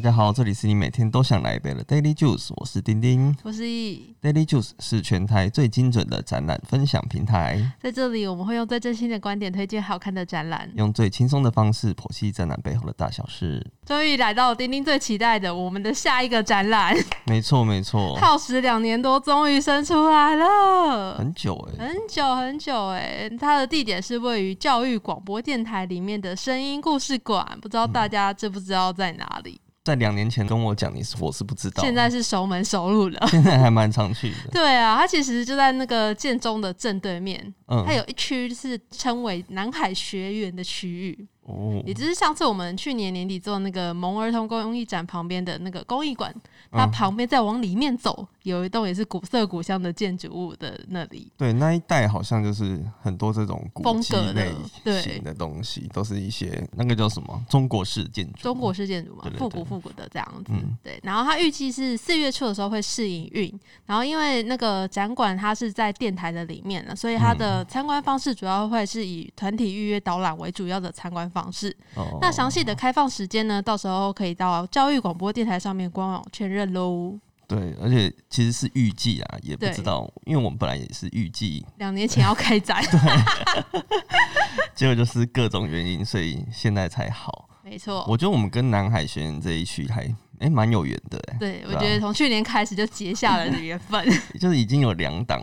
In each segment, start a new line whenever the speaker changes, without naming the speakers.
家好，这里是你每天都想来一杯的 Daily Juice，我是丁丁。
我是易，
Daily Juice 是全台最精准的展览分享平台，
在这里我们会用最真心的观点推荐好看的展览。
用最轻松的方式剖析展览背后的大小事。
终于来到丁丁最期待的我们的下一个展览，
没错，没错，
耗时两年多，终于生出来了。
很久哎、
很久很久哎、它的地点是位于教育广播电台里面的声音故事馆，不知道大家知不知道在哪里？
在两年前跟我讲，你是我是不知道，
现在是熟门熟路 了。
现在还蛮常去的。
对啊，它其实就在那个建中的正对面，
嗯，
它有一区是称为南海学园的区域。
哦，
也就是上次我们去年年底做那个萌儿童公益展旁边的那个公益馆，它
嗯
旁边再往里面走，有一栋也是古色古香的建筑物的那里。
对，那一带好像就是很多这种古
风
迹
格的
类
对
型的东西，都是一些那个叫什么中国式建筑。
中国式建筑嘛
对，对
复古
对
复古的这样子。
嗯
对，然后它预计是四月初的时候会试营运，然后因为那个展馆它是在电台的里面了，所以它的
嗯
参观方式主要会是以团体预约导览为主要的参观方式。
哦
那详细的开放时间呢，到时候可以到教育广播电台上面官网确认喽。
对，而且其实是预计啊，也不
对
知道，因为我们本来也是预计，
两年前要开展，
结果就是各种原因，所以现在才好。
没错，
我觉得我们跟南海学院这一区还哎蛮、有缘的、欸，
对我
对啊
觉得从去年开始就结下了这缘分。
就是已经有两档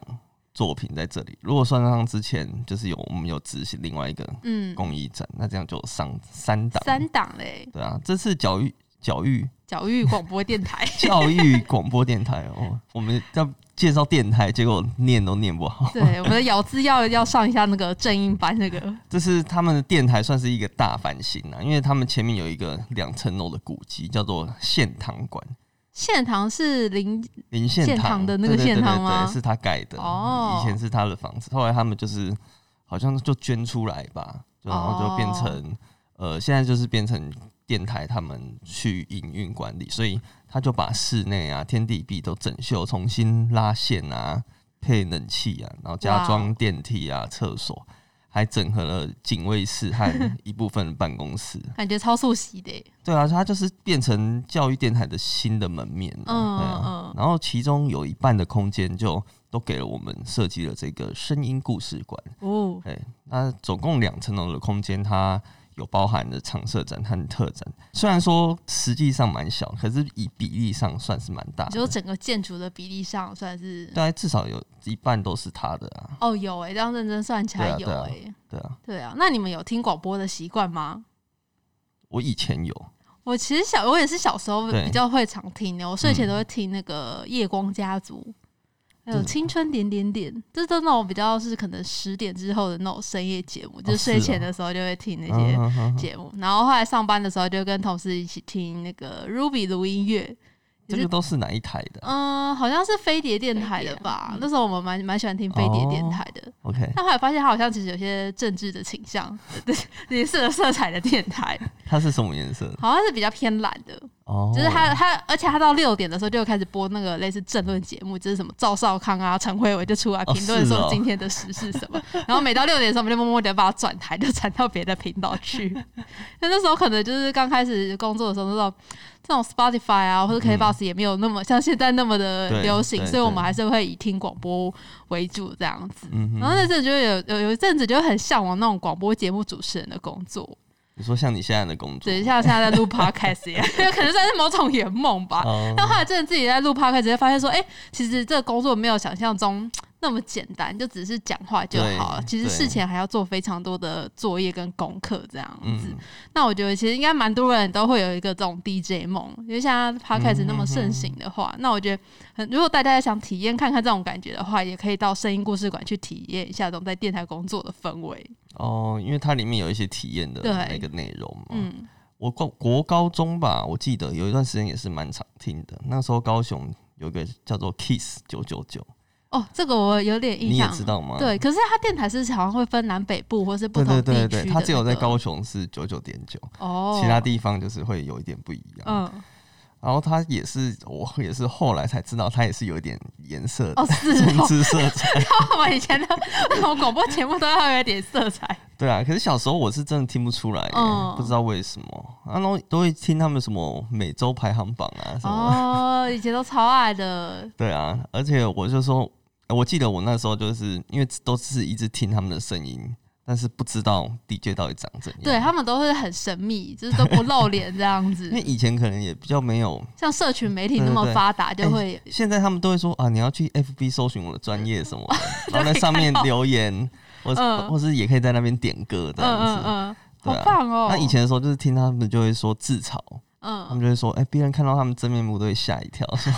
作品在这里。如果算上之前，就是有我们有执行另外一个
嗯，
公益展，那这样就有上三档。
三档嘞，
对啊，这次教育教育。
教育广播电台
教育广播电台哦，我们要介绍电台，结果念都念不好。
对，我们的咬字要要上一下那个正音班那个，
这是他们的电台算是一个大翻新啊，因为他们前面有一个两层楼的古迹，叫做县堂馆。
现堂是零
林献
献堂的那个
对对
献堂
对对
吗
对，是他盖的。
哦
以前是他的房子，后来他们就是好像就捐出来吧，就然后就变成、
哦
呃，现在就是变成电台他们去营运管理，所以他就把室内啊、天地壁都整修，重新拉线啊、配冷气啊，然后加
哇哦
装电梯啊、厕所。还整合了警卫室 和一部分的办公室，
感觉超速洗的耶，
对啊，它就是变成教育电台的新的门面了。
嗯
对啊
嗯
然后其中有一半的空间就都给了我们设计了这个声音故事馆。
哦，
对，那总共两层楼的空间，它有包含了常设展和特展。虽然说实际上蛮小，可是以比例上算是蛮大
你说
的。
整个建筑的比例上算是
大概至少有一半都是他的啊，
哦有哎，这样认真算起来有
对啊
哎，
对啊，
对啊，那你们有听广播的习惯吗？
我以前有，
我其实小我也是小时候
对嗯
比较会常听的，我睡前都会听那个夜光家族，还有
这
青春点点点，这都那种比较是可能十点之后的那种深夜节目，就是
是
睡
哦
前的时候就会听那
嗯
些
哼哼哼
节目，然后后来上班的时候就跟同事一起听那个 Ruby 录音乐。
这个都是哪一台的啊
嗯，好像是飞碟啊嗯电台的吧？那时候我们蛮蛮喜欢听飞碟电台的，
？OK，
但后来发现它好像其实有些政治的倾向， 对，也是色彩的电台，
它是什么颜色的？
好像是比较偏蓝的。
哦，
就是他他，而且他到六点的时候就开始播那个类似政论节目，就是什么赵少康啊、陈慧伟就出来评论
是哦
说今天的时事什么，然后每到六点的时候，我们就默默的把它转台，就转到别的频道去。 那那时候可能就是刚开始工作的时候，那种这种 Spotify 啊或者 KBox 也没有那么、像现在那么的
嗯对
流行，
对
所以我们
对
还是会以听广播为主这样子。
嗯哼，
然后那阵就有有有一阵子就很向往那种广播节目主持人的工作，
你说像你现在的工作
等，一下现在在录 podcast 也 可能算是某种圆梦吧。
哦
但后来真的自己在录 podcast，直接发现说，哎、其实这个工作没有想象中那么简单，就只是讲话就好了
对。
其实
对
事前还要做非常多的作业跟功课这样子。
嗯，
那我觉得其实应该蛮多人都会有一个这种 DJ 梦，因为现在 podcast
嗯
那么盛行的话，那我觉得很，如果大家想体验看看这种感觉的话，也可以到声音故事馆去体验一下这种在电台工作的氛围。
哦，因为它里面有一些体验的
对
那个内容嘛。
嗯，
我高国高中吧，我记得有一段时间也是蛮常听的。那时候高雄有一个叫做 Kiss 九九九，
哦，这个我有点印
你也
象。
知道吗？
对，可是它电台是好像会分南北部或是不
对
同
对对
地区的、
对，它只有在高雄是九九点九，
哦，
其他地方就是会有一点不一样。
嗯，
然后他也是，我也是后来才知道，他也是有一点 颜色的
哦，是
文
哦，
字色彩。
我们以前的那种广播节目都要有一点色彩，
对啊，可是小时候我是真的听不出来耶、
嗯
不知道为什么。啊，然后都会听他们什么每周排行榜啊什么。
哦，以前都超爱的，
对啊，而且我就说，呃我记得我那时候就是因为都是一直听他们的声音，但是不知道 DJ 到底长怎样。
对他们都是很神秘，就是都不露脸这样子
因为。以前可能也比较没有，
像社群媒体那
对
么
哎对对
发达，就会
现在他们都会说啊，你要去 FB 搜寻我的专业什么的，
对
然后在上面留 言，或是、
嗯
或是也可以在那边点歌这
嗯
样子。
嗯嗯，好
对啊
棒哦。
那以前的时候就是听他们就会说自嘲，他们
嗯，
就会说，哎、别人看到他们真面目都会吓一跳， 说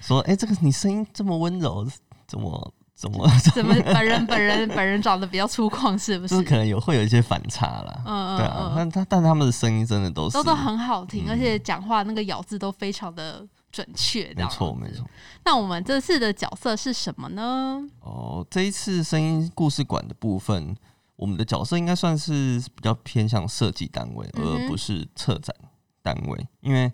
说，哎、这个你声音这么温柔，怎么怎么，
怎么本人本人本人长得比较粗犷，是不是
就是？可能有会有一些反差啦。
嗯
对啊，
嗯嗯，
但他但他们的声音真的都是
都都很好听，
嗯
而且讲话那个咬字都非常的准确，这
没
样
错
子
没错。。
那我们这次的角色是什么呢？
哦，这一次声音故事馆的部分，我们的角色应该算是比较偏向设计单位，
嗯哼
而不是策展单位，因为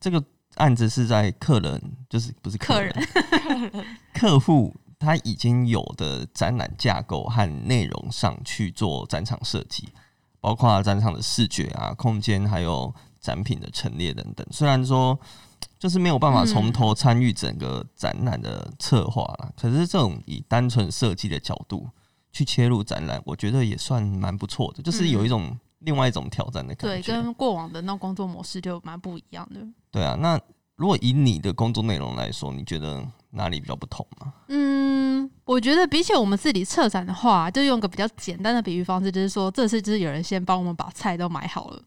这个案子是在客人，就是不是客人， 客户他已经有的展览架构和内容上去做展场设计，包括展场的视觉啊、空间，还有展品的陈列等等。虽然说就是没有办法
嗯
从头参与整个展览的策划啦，可是这种以单纯设计的角度去切入展览，我觉得也算蛮不错的，就是有一种、另外一种挑战的感
嗯对，
觉。
跟过往的那种工作模式就蛮不一样的。
对啊，那如果以你的工作内容来说，你觉得哪里比较不同吗？
嗯，我觉得比起我们自己策展的话，就用个比较简单的比喻方式，就是说这次就是有人先帮我们把菜都买好了，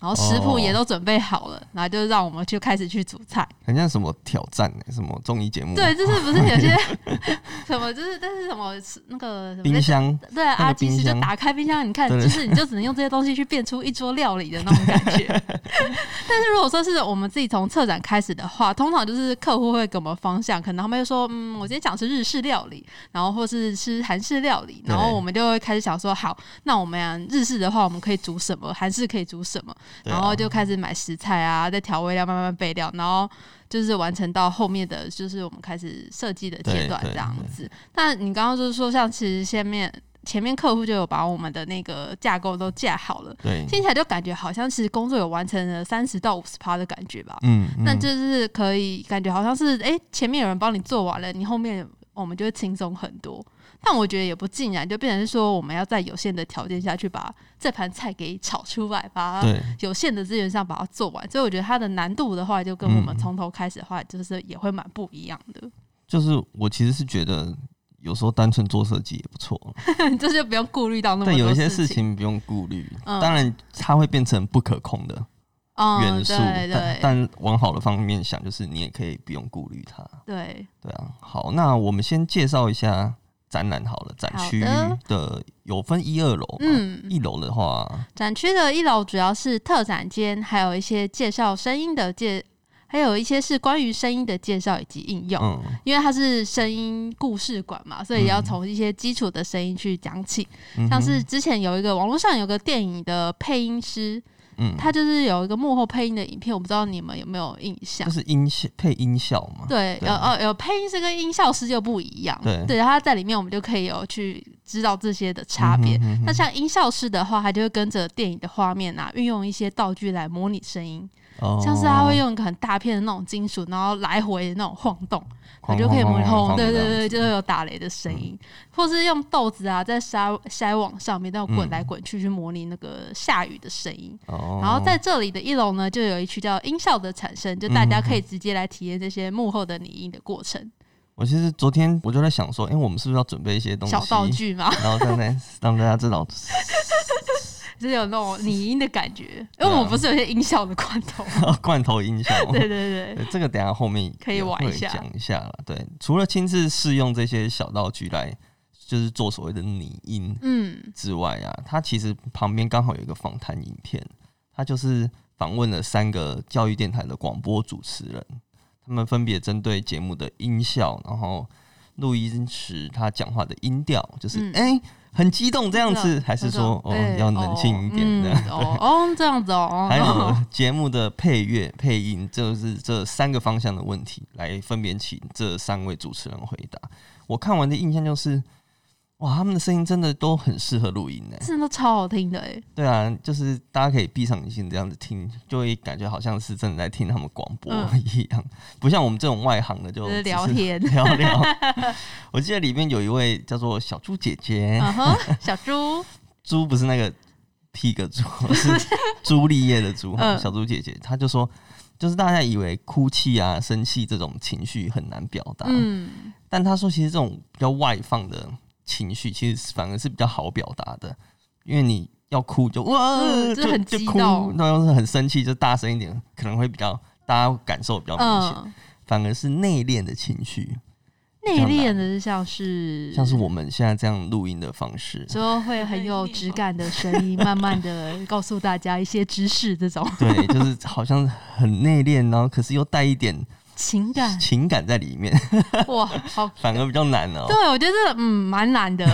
然后食谱
哦
也都准备好了，然后就让我们就开始去煮菜。
很像什么挑战、欸，什么综艺节目，
对，就是不是有些 什么，就是但是什么那个什么
冰箱，
对啊
那个
阿基
冰
斯就
箱
打开冰箱，你看，
对对
就是你就只能用这些东西去变出一桌料理的那种感 觉。但是如果说是我们自己从策展开始的话，通常就是客户会给我们方向，可能他们就说，嗯，我今天想吃日式料理，然后或是吃韩式料理，
对
然后我们就会开始想说，好，那我们、啊、日式的话，我们可以煮什么？韩式可以煮什么？
对啊
然后就开始买食材啊，再调味料，慢慢备料，然后就是完成到后面的就是我们开始设计的阶
对
段
对
这样子。那你刚刚就是说，像其实下面前面客户就有把我们的那个架构都架好了，
对，
听起来就感觉好像其实工作有完成了三十到五十趴的感觉吧。
嗯，
那
嗯
就是可以感觉好像是哎、诶前面有人帮你做完了，你后面我们就会轻松很多。但我觉得也不尽然，就变成是说我们要在有限的条件下去把这盘菜给炒出来，把它
对
有限的资源上把它做完。所以我觉得它的难度的话，就跟我们
嗯
从头开始的话，就是也会蛮不一样的，
就是我其实是觉得有时候单纯做设计也不错，
就是不用顾虑到那么
但
多
有一些事，
事
情不用顾虑。
嗯
当然，它会变成不可控的
嗯，
元素，
对
但
对
但往好的方面想，就是你也可以不用顾虑它。
对，
对啊，好，那我们先介绍一下展览好了，展区
好
的有分一二楼，嗯，
嗯，
一楼的话，
展区的一楼主要是特展间，还有一些介绍声音的介，还有一些是关于声音的介绍以及应用。
嗯，
因为它是声音故事馆嘛，所以要从一些基础的声音去讲起。
嗯哼
像是之前有一个网络上有个电影的配音师，
嗯，
他就是有一个幕后配音的影片，我不知道你们有没有印象
就。是音效配音效嘛，
对，
对
有哦，有配音师跟音效师就不一样。
对
他在里面我们就可以有去知道这些的差别。
嗯哼嗯哼
那像音效师的话，他就会跟着电影的画面啊，运用一些道具来模拟声音，
哦
像是他会用一个很大片的那种金属，然后来回的那种晃动，
哐
你就可以模拟
哐哐哐
轰，对
这
对
样
对，就是有打雷的声音，或是用豆子啊在筛筛网上面那种滚来滚去去模拟那个下雨的声音。
哦
然后在这里的一楼呢，就有一区叫音效的产生，就大家可以直接来体验这些幕后的拟音的过程，
我其实昨天我就在想说，哎、我们是不是要准备一些东西，
小道，具嘛，
然后让大家让大家知道，
就是有那种拟音的感觉。因
对
为
啊
我们不是有些音效的罐头吗，
罐头音效。
对对对，
对这个等一下后面
可以
也
玩一
会
下
讲一下了。对，除了亲自试用这些小道具来，就是做所谓的拟音
嗯，
之外啊，它其实旁边刚好有一个访谈影片，它就是访问了三个教育电台的广播主持人，他们分别针对节目的音效，然后录音时他讲话的音调，就是
嗯
哎、很激动这样
真
子，
的
还是说哦
哎
要冷静一点的。
哦嗯哦哦，这样子哦，
还有节目的配乐、配音，就是这三个方向的问题，来分别请这三位主持人回答。我看完的印象就是，哇，他们的声音真的都很适合录音呢。
真的超好听的哎，
对啊，就是大家可以闭上眼睛这样子听，就会感觉好像是真的在听他们广播
嗯
一样， 不像我们这种外行的就
就
只
是
是
聊天。
聊聊。我记得里面有一位叫做小猪姐姐，
嗯哼，小猪，
猪不是那个 pig 猪，是朱丽叶的猪，
嗯
小猪姐姐，她就说，就是大家以为哭泣啊、生气这种情绪很难表达，
嗯，
但她说其实这种比较外放的情绪，其实反而是比较好表达的，因为你要哭就哇，
嗯就是
就
很
就
激
哭，
动
那要是很生气就大声一点，可能会比较大家感受比较明显，
嗯，
反而是内敛的情绪，
内敛的是像是
像是我们现在这样录音的方式，
就会很有质感的声音，慢慢的告诉大家一些知识，这 种
对，就是好像很内敛，然后可是又带一点。
情感
情感在里面，
哇，好
反而比较难哦、
对，我觉得这个嗯蛮难 的。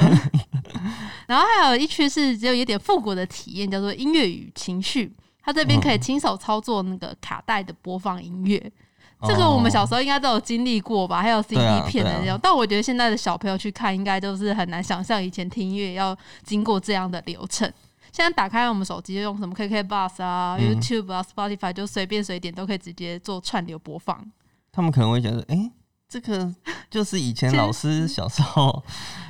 然后还有一区是只有一点复古的体验，叫做音乐与情绪。它这
哦
边可以亲手操作那个卡带的播放音乐，这个我们小时候应该都有经历过吧？还有 CD
哦对啊
片的那
对
种，但我觉得现在的小朋友去看，应该都是很难想象以前听音乐要经过这样的流程。现在打开我们手机，就用什么 KK Bus 啊、
嗯
YouTube 啊、Spotify，就随便随点都可以直接做串流播放。
他们可能会觉得，哎、这 个就是以前老师小时候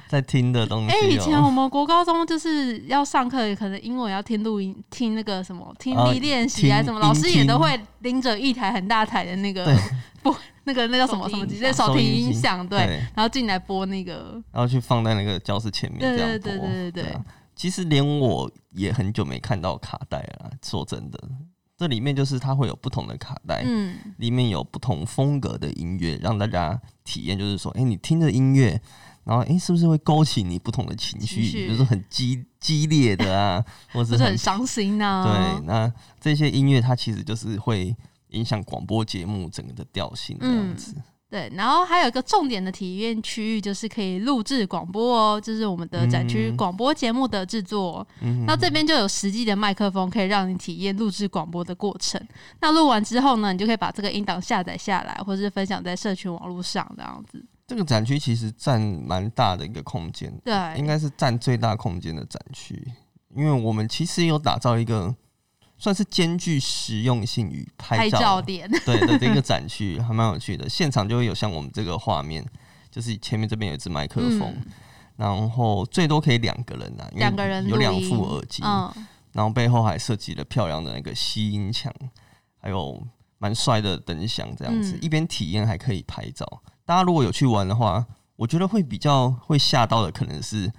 在听的东西、
哎、
哦。
以前我们国高中就是要上课，可能英文要听录音、听那个什么听
哦
力练习啊，
听
什么老师也
音
都
听
会拎着一台很大台的那个
对
不那个那叫什么什么
手
机，
机
那
响
手提
收音
音
机
响对，
对，
然后进来播那个，
然后去放在那个教室前面
对
这样
对
播。
对对对对
啊其实连我也很久没看到卡带了啦，说真的，这里面就是它会有不同的卡带。
嗯，
里面有不同风格的音乐，让大家体验，就是说，哎、你听着音乐，然后哎、诶是不是会勾起你不同的情绪？
情
比
绪
如说很激激烈的 啊，或
不
者
是
是
很伤心啊呐、
对，那这些音乐它其实就是会影响广播节目整个的调性这样子。
嗯对，然后还有一个重点的体验区域，就是可以录制广播哦，就是我们的展区
嗯
广播节目的制作。
嗯
那这边就有实际的麦克风，可以让你体验录制广播的过程。那录完之后呢，你就可以把这个音档下载下来，或者是分享在社群网络上这样子。
这个展区其实占蛮大的一个空间，
对，
应该是占最大空间的展区，因为我们其实有打造一个算是兼具实用性与
拍
拍
照点，
对的这个展区还蛮有趣的，现场就会有像我们这个画面，就是前面这边有一支麦克风，
嗯
然后最多可以两个人啊，因为
两个人
有
录
两
音
副耳机，
嗯，
然后背后还设计了漂亮的那个吸音墙，还有蛮帅的灯箱，这样子、
嗯
一边体验还可以拍照。大家如果有去玩的话，我觉得会比较会吓到的，可能是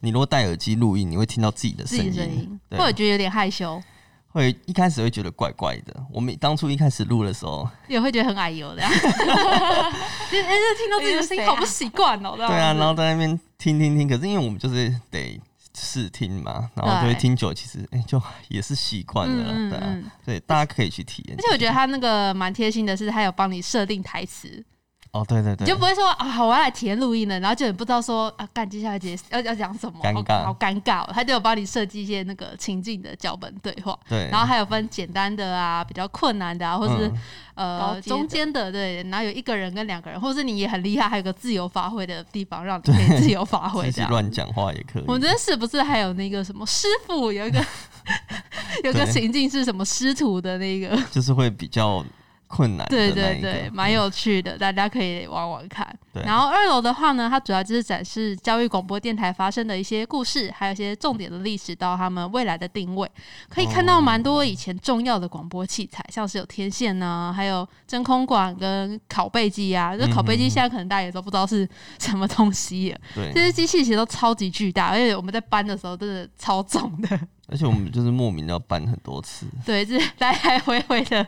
你如果戴耳机录音，你会听到自己的
自
声
己
音，
声音，
对
或者觉得有点害羞，
会一开始会觉得怪怪的。我们当初一开始录的时候，
也会觉得很矮油 的，就是哎听到自己的声音好不习惯哦，对
对啊，然后在那边听听听，可是因为我们就是得试听嘛，然后就会
对
听久，其实哎、就也是习惯了啦，
嗯嗯
对啊
嗯，
对，大家可以去体验
而。且我觉得他那个蛮贴心的是，他有帮你设定台词，
哦，对对
你
对，
就不会说啊，好我要来体验录音了，然后就也不知道说啊，干接下来节要要讲什么，
尴尬
好好尴尬、哦。他就有帮你设计一些那个情境的脚本对话，
对，
然后还有分简单的啊，比较困难的啊，或是、
嗯
高
呃
阶的
中间的对，然后有一个人跟两个人，或是你也很厉害，还有个自由发挥的地方，让你可以自由发挥
自
这
己
样。
乱讲话也可以。
我们这是不是还有那个什么师傅 有一个有个
对
情境是什么师徒的那个？
就是会比较困难的那
对
一个。
对对，蛮有趣的，大家可以玩玩看。
对
然后二楼的话呢，它主要就是展示教育广播电台发生的一些故事，还有一些重点的历史到他们未来的定位，可以看到蛮多以前重要的广播器材，像是有天线呢、还有真空管跟拷贝机啊。这
嗯
拷贝机
嗯
现在可能大家也都不知道是什么东西 了，
对
这些机器其实都超级巨大，而且我们在搬的时候真的超重的。
而且我们就是莫名的要搬很多次，
对，就是来来回回的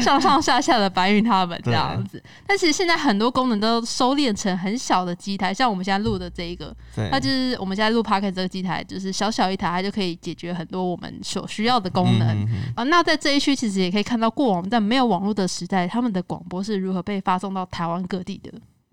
上上下下的白云他们这
嗯对
样子。但其实现在很多功能都收敛成很小的机台，像我们现在录的这一个，
对，
它就是我们现在录 p o c a s t 这个机台，就是小小一台，它就可以解决很多我们所需要的功能。
嗯嗯嗯
啊，那在这一区其实也可以看到，过往在没有网络的时代，他们的广播是如何被发送到台湾各地的。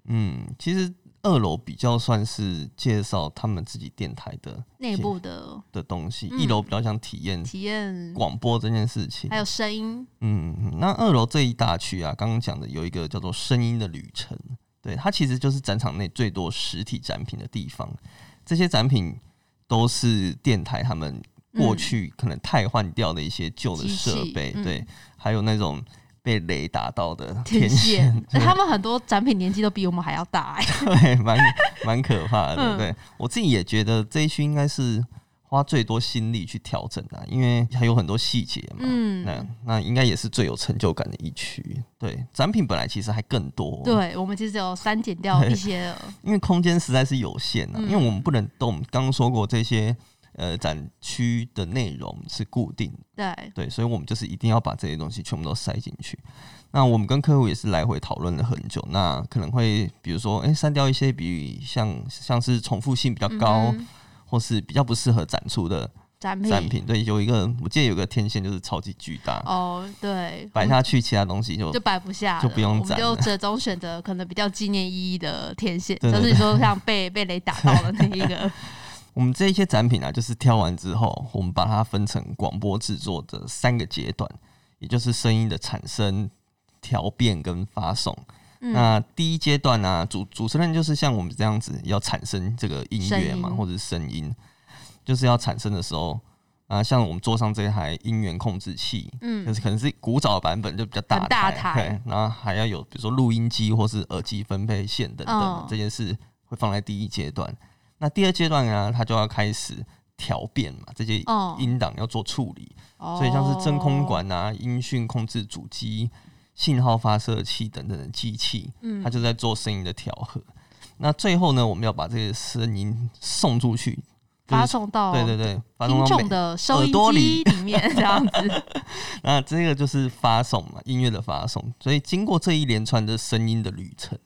嗯，其实二楼比较算是介绍他们自己电台的
内部的
的东西，
嗯
一楼比较像体验
体验，
广播这件事情
还。有声音，
嗯，嗯那二楼这一大区啊，刚刚讲的有一个叫做“声音的旅程”，对，它其实就是展场内最多实体展品的地方。这些展品都是电台他们
嗯
过去可能汰换掉的一些旧的
机器
设备，
嗯
对，还有那种被雷打到的
天
天
线
线，，
哎他们很多展品年纪都比我们还要大、哎，
对，蛮蛮可怕的。
嗯
对我自己也觉得这一区应该是花最多心力去调整的、啊因为还有很多细节嘛。那
嗯，
那应该也是最有成就感的一区。对，展品本来其实还更多，，
对，我们其实有删减掉 一些了，
因为空间实在是有限啊，
嗯
因为我们不能动。刚刚说过这些。呃，展区的内容是固定的，
对，
对，所以我们就是一定要把这些东西全部都塞进去。那我们跟客户也是来回讨论了很久，那可能会比如说，哎、删掉一些比像像是重复性比较高，
嗯哼
或是比较不适合展出的
展品
展品。对，有一个我记得有个天线就是超级巨大，
哦，对，
摆、
我们
下去其他东西就
就摆不下了，
就不用
我们
展
就
了
折中选择可能比较纪念意义的天线，
对对
就是说像 被被雷打到了那一个，
我们这一些展品啊，就是挑完之后，我们把它分成广播制作的三个阶段，也就是声音的产生、调变跟发送。
嗯，
那第一阶段呢、啊主主持人就是像我们这样子，要产生这个音乐嘛，
声音
或者是声音，就是要产生的时候啊，像我们桌上这台音源控制器，
嗯
就是可能是古早版本就比较大
很大台
台，对，然后还要有比如说录音机或是耳机分配线等等的、
嗯
这件事会放在第一阶段。那第二阶段呢，它就要开始调变嘛，这些
哦
音档要做处理，
哦
所以像是真空，管啊、音讯控制主机、信号发射器等等的机器，
嗯
它就在做声音的调和。那最后呢，我们要把这个声音送出去，就
哦发
是
送到
对对对，发送
听
到每
众的收音
耳朵
机
里
里面 这样子，
那这个就是发送嘛，音乐的发送。所以经过这一连串的声音的旅程，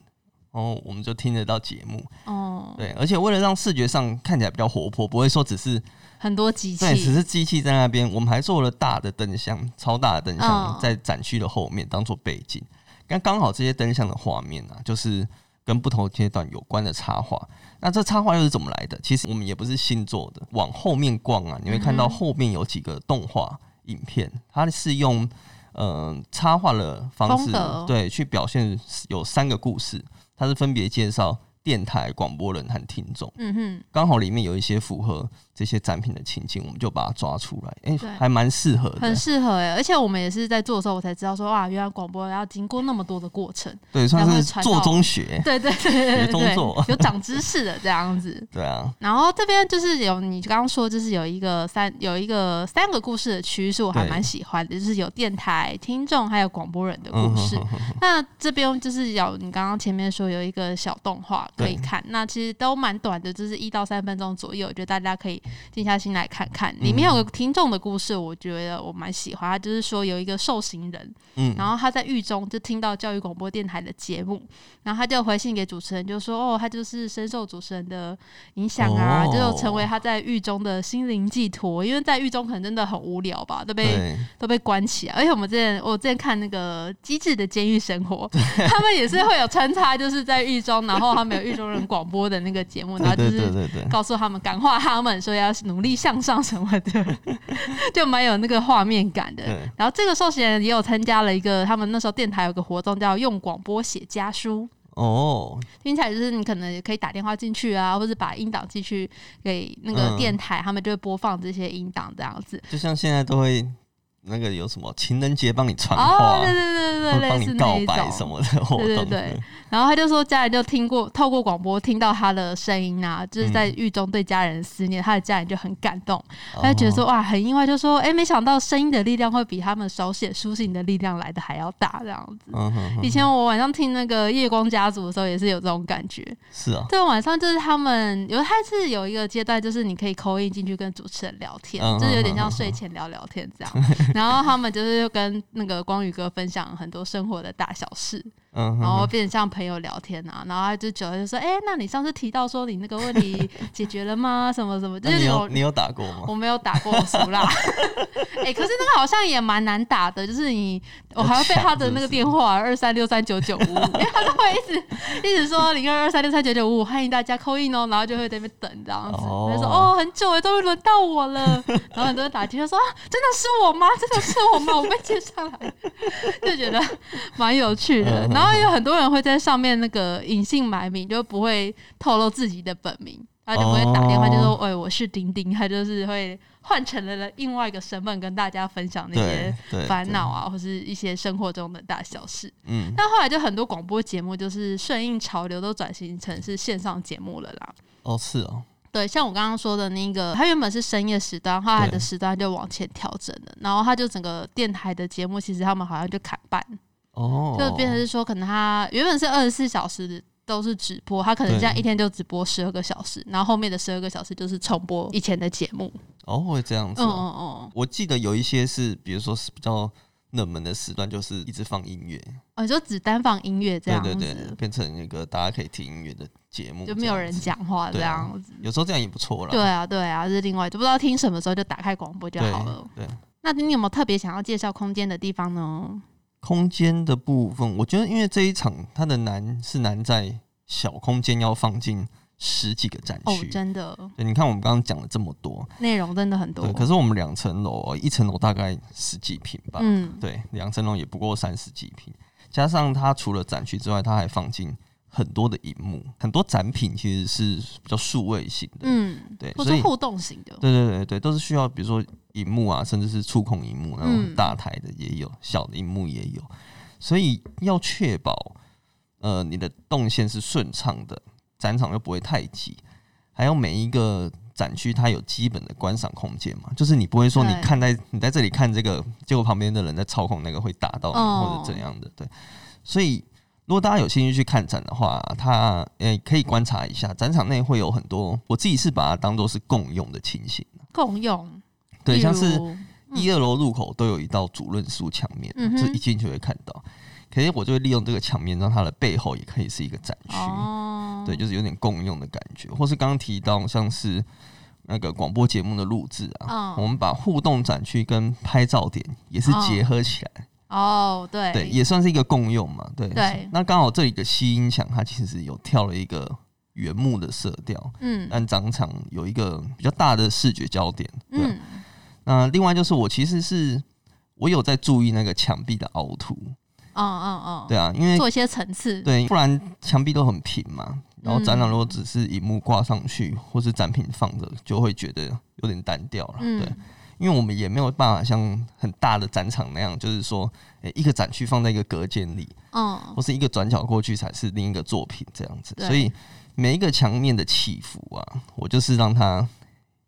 然后我们就听得到节目。
哦，
对，而且为了让视觉上看起来比较活泼，不会说只是
很多机
对，只
器，
是机器在那边，我们还做了大的灯箱，超大的灯箱
嗯
在展区的后面当做背景。刚刚好这些灯箱的画面啊，就是跟不同阶段有关的插画。那这插画又是怎么来的？其实我们也不是新做的，往后面逛啊，你会看
嗯
到
哼
后面有几个动画影片，它是用呃插画的方
风
式
格
对去表现有三个故事，它是分别介绍电台广播人和听众。
嗯哼，
刚好里面有一些符合这些展品的情境，我们就把它抓出来，哎、
对
还蛮适合的
很，适合哎，而且我们也是在做的时候，我才知道说哇，原来广播要经过那么多的过程，
对，算
才会
是
传到
做中学，
对对对对
学
对
中
对
做，
有长知识的这样子。
对啊，
然后这边就是有你刚刚说，就是有一个三有一个三个故事的区，是我还
对
蛮喜欢的，就是有电台听众还有广播人的故事。
嗯哼哼哼
那这边就是有你刚刚前面说有一个小动画可以
对
看，那其实都蛮短的，就是一到三分钟左右，我觉得大家可以静下心来看看。里面有个听众的故事，我觉得我蛮喜欢，他就是说有一个受刑人，
嗯，
然后他在狱中就听到教育广播电台的节目，然后他就回信给主持人，就说哦，他就是深受主持人的影响啊，
哦
就成为他在狱中的心灵寄托。因为在狱中可能真的很无聊吧，都被
对，
都被关起来。而且我们之前我之前看那个《机智的监狱生活》， 他们也是会有穿插，就是在狱中，然后他们有狱中人广播的那个节目，然后
对
就
对
是
对对对，
告诉他们感化他们，说要努力向上什么的， 就蛮有那个画面感的
对。
然后这个受刑人也有参加了一个他们那时候电台有个活动叫用广播写家书，
哦，
听起来就是你可能也可以打电话进去啊，或者把音档寄去给那个
嗯
电台，他们就会播放这些音档这样子。
就像现在都会那个有什么情人节帮你传
哦，
话，
对对对对
会
对，
帮
类似
你
那
告
一
白
种
什么的活动，
对对对，然后他就说家人就听过透过广播听到他的声音啊，就是在
嗯
狱中对家人的思念，他的家人就很感动，
哦
他就觉得说哇很意外，就说哎、没想到声音的力量会比他们手写书信的力量来的还要大这样子。
哦，嗯哼哼
以前我晚上听那个夜光家族的时候，也是有这种感觉。
是啊，
对，晚上就是他们有，他是有一个阶段，就是你可以扣印进去跟主持人聊天，
嗯
就是有点像睡前聊聊天这样。然后他们就是跟那个光宇哥分享很多生活的大小事，
嗯哼
然后
哼，
变成像朋友聊天啊，然后他就久了就说，哎、那你上次提到说你那个问题解决了吗？什么什么，就
那
是
你有
有
你有打过吗？
我没有打过我熟 啦，哎、可是那个好像也蛮难打的，就是你我还要被他的那个电话二三六三九九 五，因为他都会一直一直说零二二三六三九九五，欢迎大家扣印哦，然后就会在那边等这样子，
哦
他说哦很久哎，终于轮到我了， 然后很多人打进来说啊真的是我吗？真的是我吗？ 我被接上来，就觉得蛮有趣的。
嗯
然后有很多人会在上面那个隐姓埋名，就不会透露自己的本名，他就不会打电话就说
哦：“
哎、我是丁丁。”他就是会换成了另外一个身份跟大家分享那
对
些
对，
烦
对
恼，啊，或是一些生活中的大小事。
嗯，
但后来就很多广播节目就是顺应潮流，都转型成是线上节目了啦。
哦是哦，
对，像我刚刚说的那个，它原本是深夜时段，后来
对
的时段就往前调整了，然后它就整个电台的节目，其实他们好像就砍半。
哦，
就变成是说，可能他原本是二十四小时都是直播，他可能
对
这样一天就直播十二个小时，然后后面的十二个小时就是重播以前的节目。
哦会这样子
嗯
哦。
嗯嗯，
我记得有一些是，比如说是比较冷门的时段，就是一直放音乐，
哦，就只单放音乐这
对
样
对
子，
对，变成一个大家可以听音乐的节目，
就没有人
这样
讲话这
对啊
样
子，
子。
有时候这样也不错啦。
对啊，对啊，是另外就不知道听什么时候就打开广播就好了。
对，对
那你有没有特别想要介绍空间的地方呢？
空间的部分，我觉得因为这一场它的难是难在小空间要放进十几个展
哦
区。，
真的，
对，你看我们刚刚讲了这么多，
内容真的很多
对，。可是我们两层楼哦，一层楼大概十几平吧，
嗯，
对，两层楼也不过三十几平，加上它除了展区之外，它还放进很多的荧幕，很多展品其实是比较数位型的，
嗯，
对
或
所
是
以
互动型的。
对对对对，都是需要比如说荧幕啊，甚至是触控荧幕，然后
嗯
大台的也有，小的荧幕也有，所以要确保呃你的动线是顺畅的，展场又不会太挤，还有每一个。展区它有基本的观赏空间嘛，就是你不会说你
对
看在你在这里看这个，结果旁边的人在操控那个会打到你、
哦
或者怎样的，对。所以如果大家有兴趣去看展的话，它诶、可以观察一下，展场内会有很多，我自己是把它当做是共用的情形。
共用，
对，
例
像是
如嗯
一二楼入口都有一道主论书墙面，
嗯哼
这一进去会看到。可是我就会利用这个墙面，让它的背后也可以是一个展区，
哦，
对，就是有点共用的感觉。或是刚刚提到像是那个广播节目的录制啊，
嗯
我们把互动展区跟拍照点也是结合起来，
哦，对
对，也算是一个共用嘛，对。
对
那刚好这里的吸音墙，它其实有跳了一个原木的色调，
嗯
但展场有一个比较大的视觉焦点，对啊、
嗯，
那另外就是我其实是我有在注意那个墙壁的凹凸，
嗯嗯嗯，
对啊，因为
做一些层次，
对，不然墙壁都很平嘛，然后展览如果只是荧幕挂上
嗯
去或是展品放着，就会觉得有点单调了，
嗯
啊对。因为我们也没有办法像很大的展场那样，就是说，诶、一个展区放在一个隔间里，
嗯
或是一个转角过去才是另一个作品这样子，
对
所以每一个墙面的起伏啊，我就是让它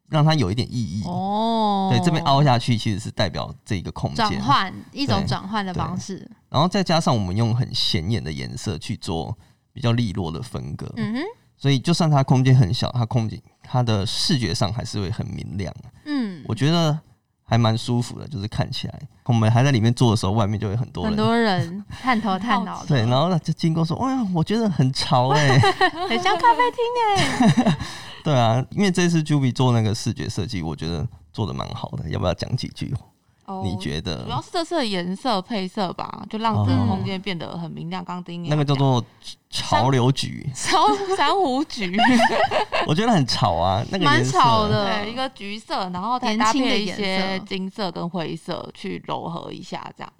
让它有一点意义，
哦，
对，这边凹下去其实是代表这一个空
转
间，
换一种
对
转换的
对
方式，
然后再加上我们用很显眼的颜色去做比较利落的分割，
嗯哼，
所以就算它空间很小，它空间它的视觉上还是会很明亮，
嗯，
我觉得还蛮舒服的，就是看起来我们还在里面坐的时候，外面就会很多
很
人。
多人探头探脑
对，
的，
然后就经过说，哎呀，我觉得很 潮哎、
很像咖 啡厅哎，
对啊，因为这次 Juby 做那个视觉设计，我觉得做的蛮好的，要不要讲几句？
哦
你觉得
主要是这次的颜色配色吧，就让这个
哦
空间变得很明亮。刚丁也
那个叫
有讲
做潮流局，
珊珊瑚 橘，
我觉得很潮啊，那个
蛮
颜色
潮的
对，一个橘色，然后再
年
搭
轻的
配一
颜
些
色
金色跟灰色去柔合一下，这样。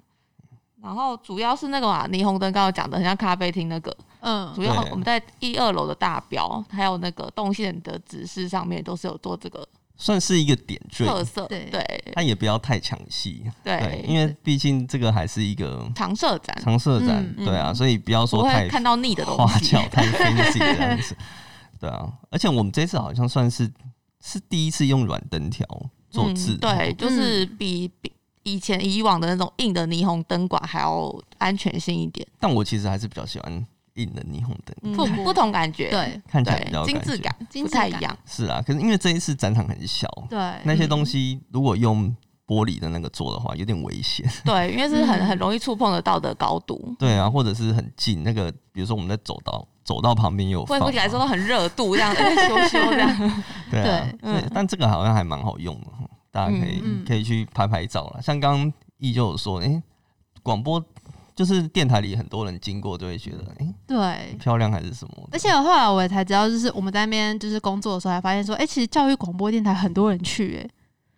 然后主要是那个嘛，霓虹灯刚刚讲的，很像咖啡厅那个。
嗯
主要
对
我们在一二楼的大标，还有那个动线的指示上面，都是有做这个
算是一个点缀，
特色。
对
对
它也不要太抢戏，对
对，，
因为毕竟这个还是一个
常设展
常设展，
嗯
嗯
对啊，所以不要
不
说
会
太
看到腻的东
花
西。
俏、太 fancy 这样子，对啊。而且我们这次好像算是是第一次用软灯条做字，
嗯，对，就是比比以前以往的那种硬的霓虹灯管还要安全性一点，
但我其实还是比较喜欢硬的霓虹灯，
嗯
复古
不同感觉，
对
看起来比较
对，
有
精
感
致
觉
感
精
不
致
太一
感
样，
是啊。可是因为这一次展场很小，
对，嗯
那些东西如果用玻璃的那个做的话，有点危险。
对，因为是很
嗯
很容易触碰得到的高度，
对啊，或者是很近，那个比如说我们在走道走道旁边也有
会
放嘛，
不起来说都很热度 这样，哎羞羞这样。
对啊，
对
对
嗯
但这个好像还蛮好用的，哦大家可以、
嗯嗯
可以去拍拍照啦。像刚刚易就有说，哎、广播就是电台里很多人经过就会觉得，哎、
对。
漂亮还是什么的
嗯而且后来我也才知道，就是我们在那边就是工作的时候，才发现说，哎、其实教育广播电台很多人去、哎，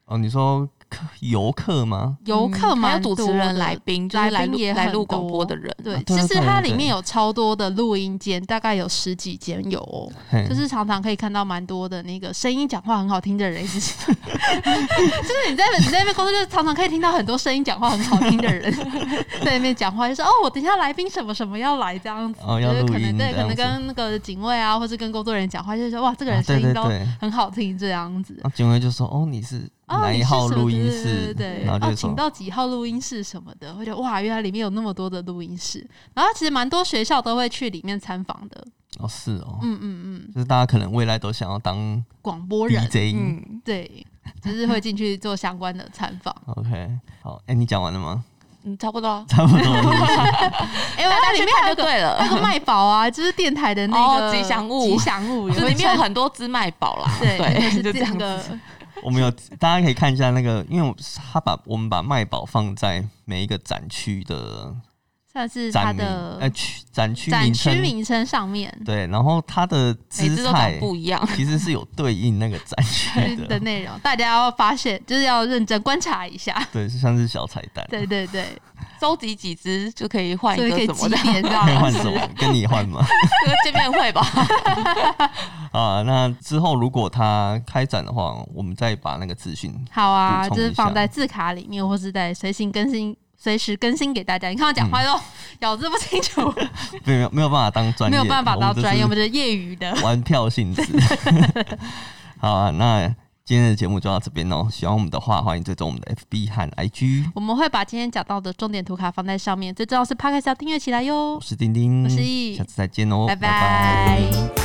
哦，你说客游客吗？
游客
嗯还有
蛮
主
多的、
持人来宾，就是来
来
录
宾也
来
很
录广播
多
的人，
对
啊，
其
对啊
实
对啊
它
对
里面有超多的录音间，大概有十几间有哦，
嘿
就是常常可以看到蛮多的那个声音讲话很好听的人，一直 就是你在你在那边工作，就是常常可以听到很多声音讲话很好听的人 在那边讲话，就说哦，我等一下来宾什么什么要来这样子，
哦
就
要
是
录
可能
音
对，
这
可
样子
能跟那个警卫啊，或是跟工作人员讲话，就是说哇，这个
啊
人声
对对
音都
对。
很好听这样子。
然后警卫就说：“哦，你是
哦，
哪一
你是
号
什么
录音
对
室？”
对对对，
然后就
哦，
会说
请：“到几号录音室什么的，会觉得哇，原来里面有那么多的录音室。然后其实蛮多学校都会去里面参访的，
哦，是哦，
嗯嗯嗯，
就是大家可能未来都想要当
广播人
DJ。。
嗯，
对，就是会进去做相关的参访
OK，好，哎、你讲完了吗？
嗯，差不多啊，
差不多了是 不是
哎、我它
去
里面
看
还有个
就对了
还。有个卖宝啊，就是电台的那个、
哦吉祥物
吉祥物
就
也会
里面有
穿
很多只麦宝 啦，
对，
对，
就
就是
那
这样
个
子。
我们有，大家可以看一下那个，因为他把我们把麦宝放在每一个展区的
算是它
展名，呃
的
区展区
展
名
区
称，
名称上面
对，然后它的
每
姿
只都长
态
不一样。
其实是有对应那个展 区
的
的，
内容，大家要发现，就是要认真观察一下。
对，就像是小彩蛋，
对对对，
收集几只就可以换
所
一
以
个
可以
什么
几
的，
点这样
可以换
子
什么？跟你换吗？
这个见面会吧。
啊，那之后如果它开展的话，我们再把那个资讯
好啊，
补
就
充
是
一
放
下
在字卡里面，或是在随行更新。随时更新给大家，你看我讲话
嗯
都咬字不清楚，
没有没有办法当专业哦
没
的，
有办法当专业，我
我
们
们
就是业余的
就。是玩票性 质。 好啊，那今天的节目就到这边喽。喜欢我们的话，欢迎追踪我们的 FB 和 IG。
我们会把今天讲到的重点图卡放在上面，最重要是 p o d c a s 要订阅起来哟
我。是丁丁，
我是易
下次再见哦，
拜拜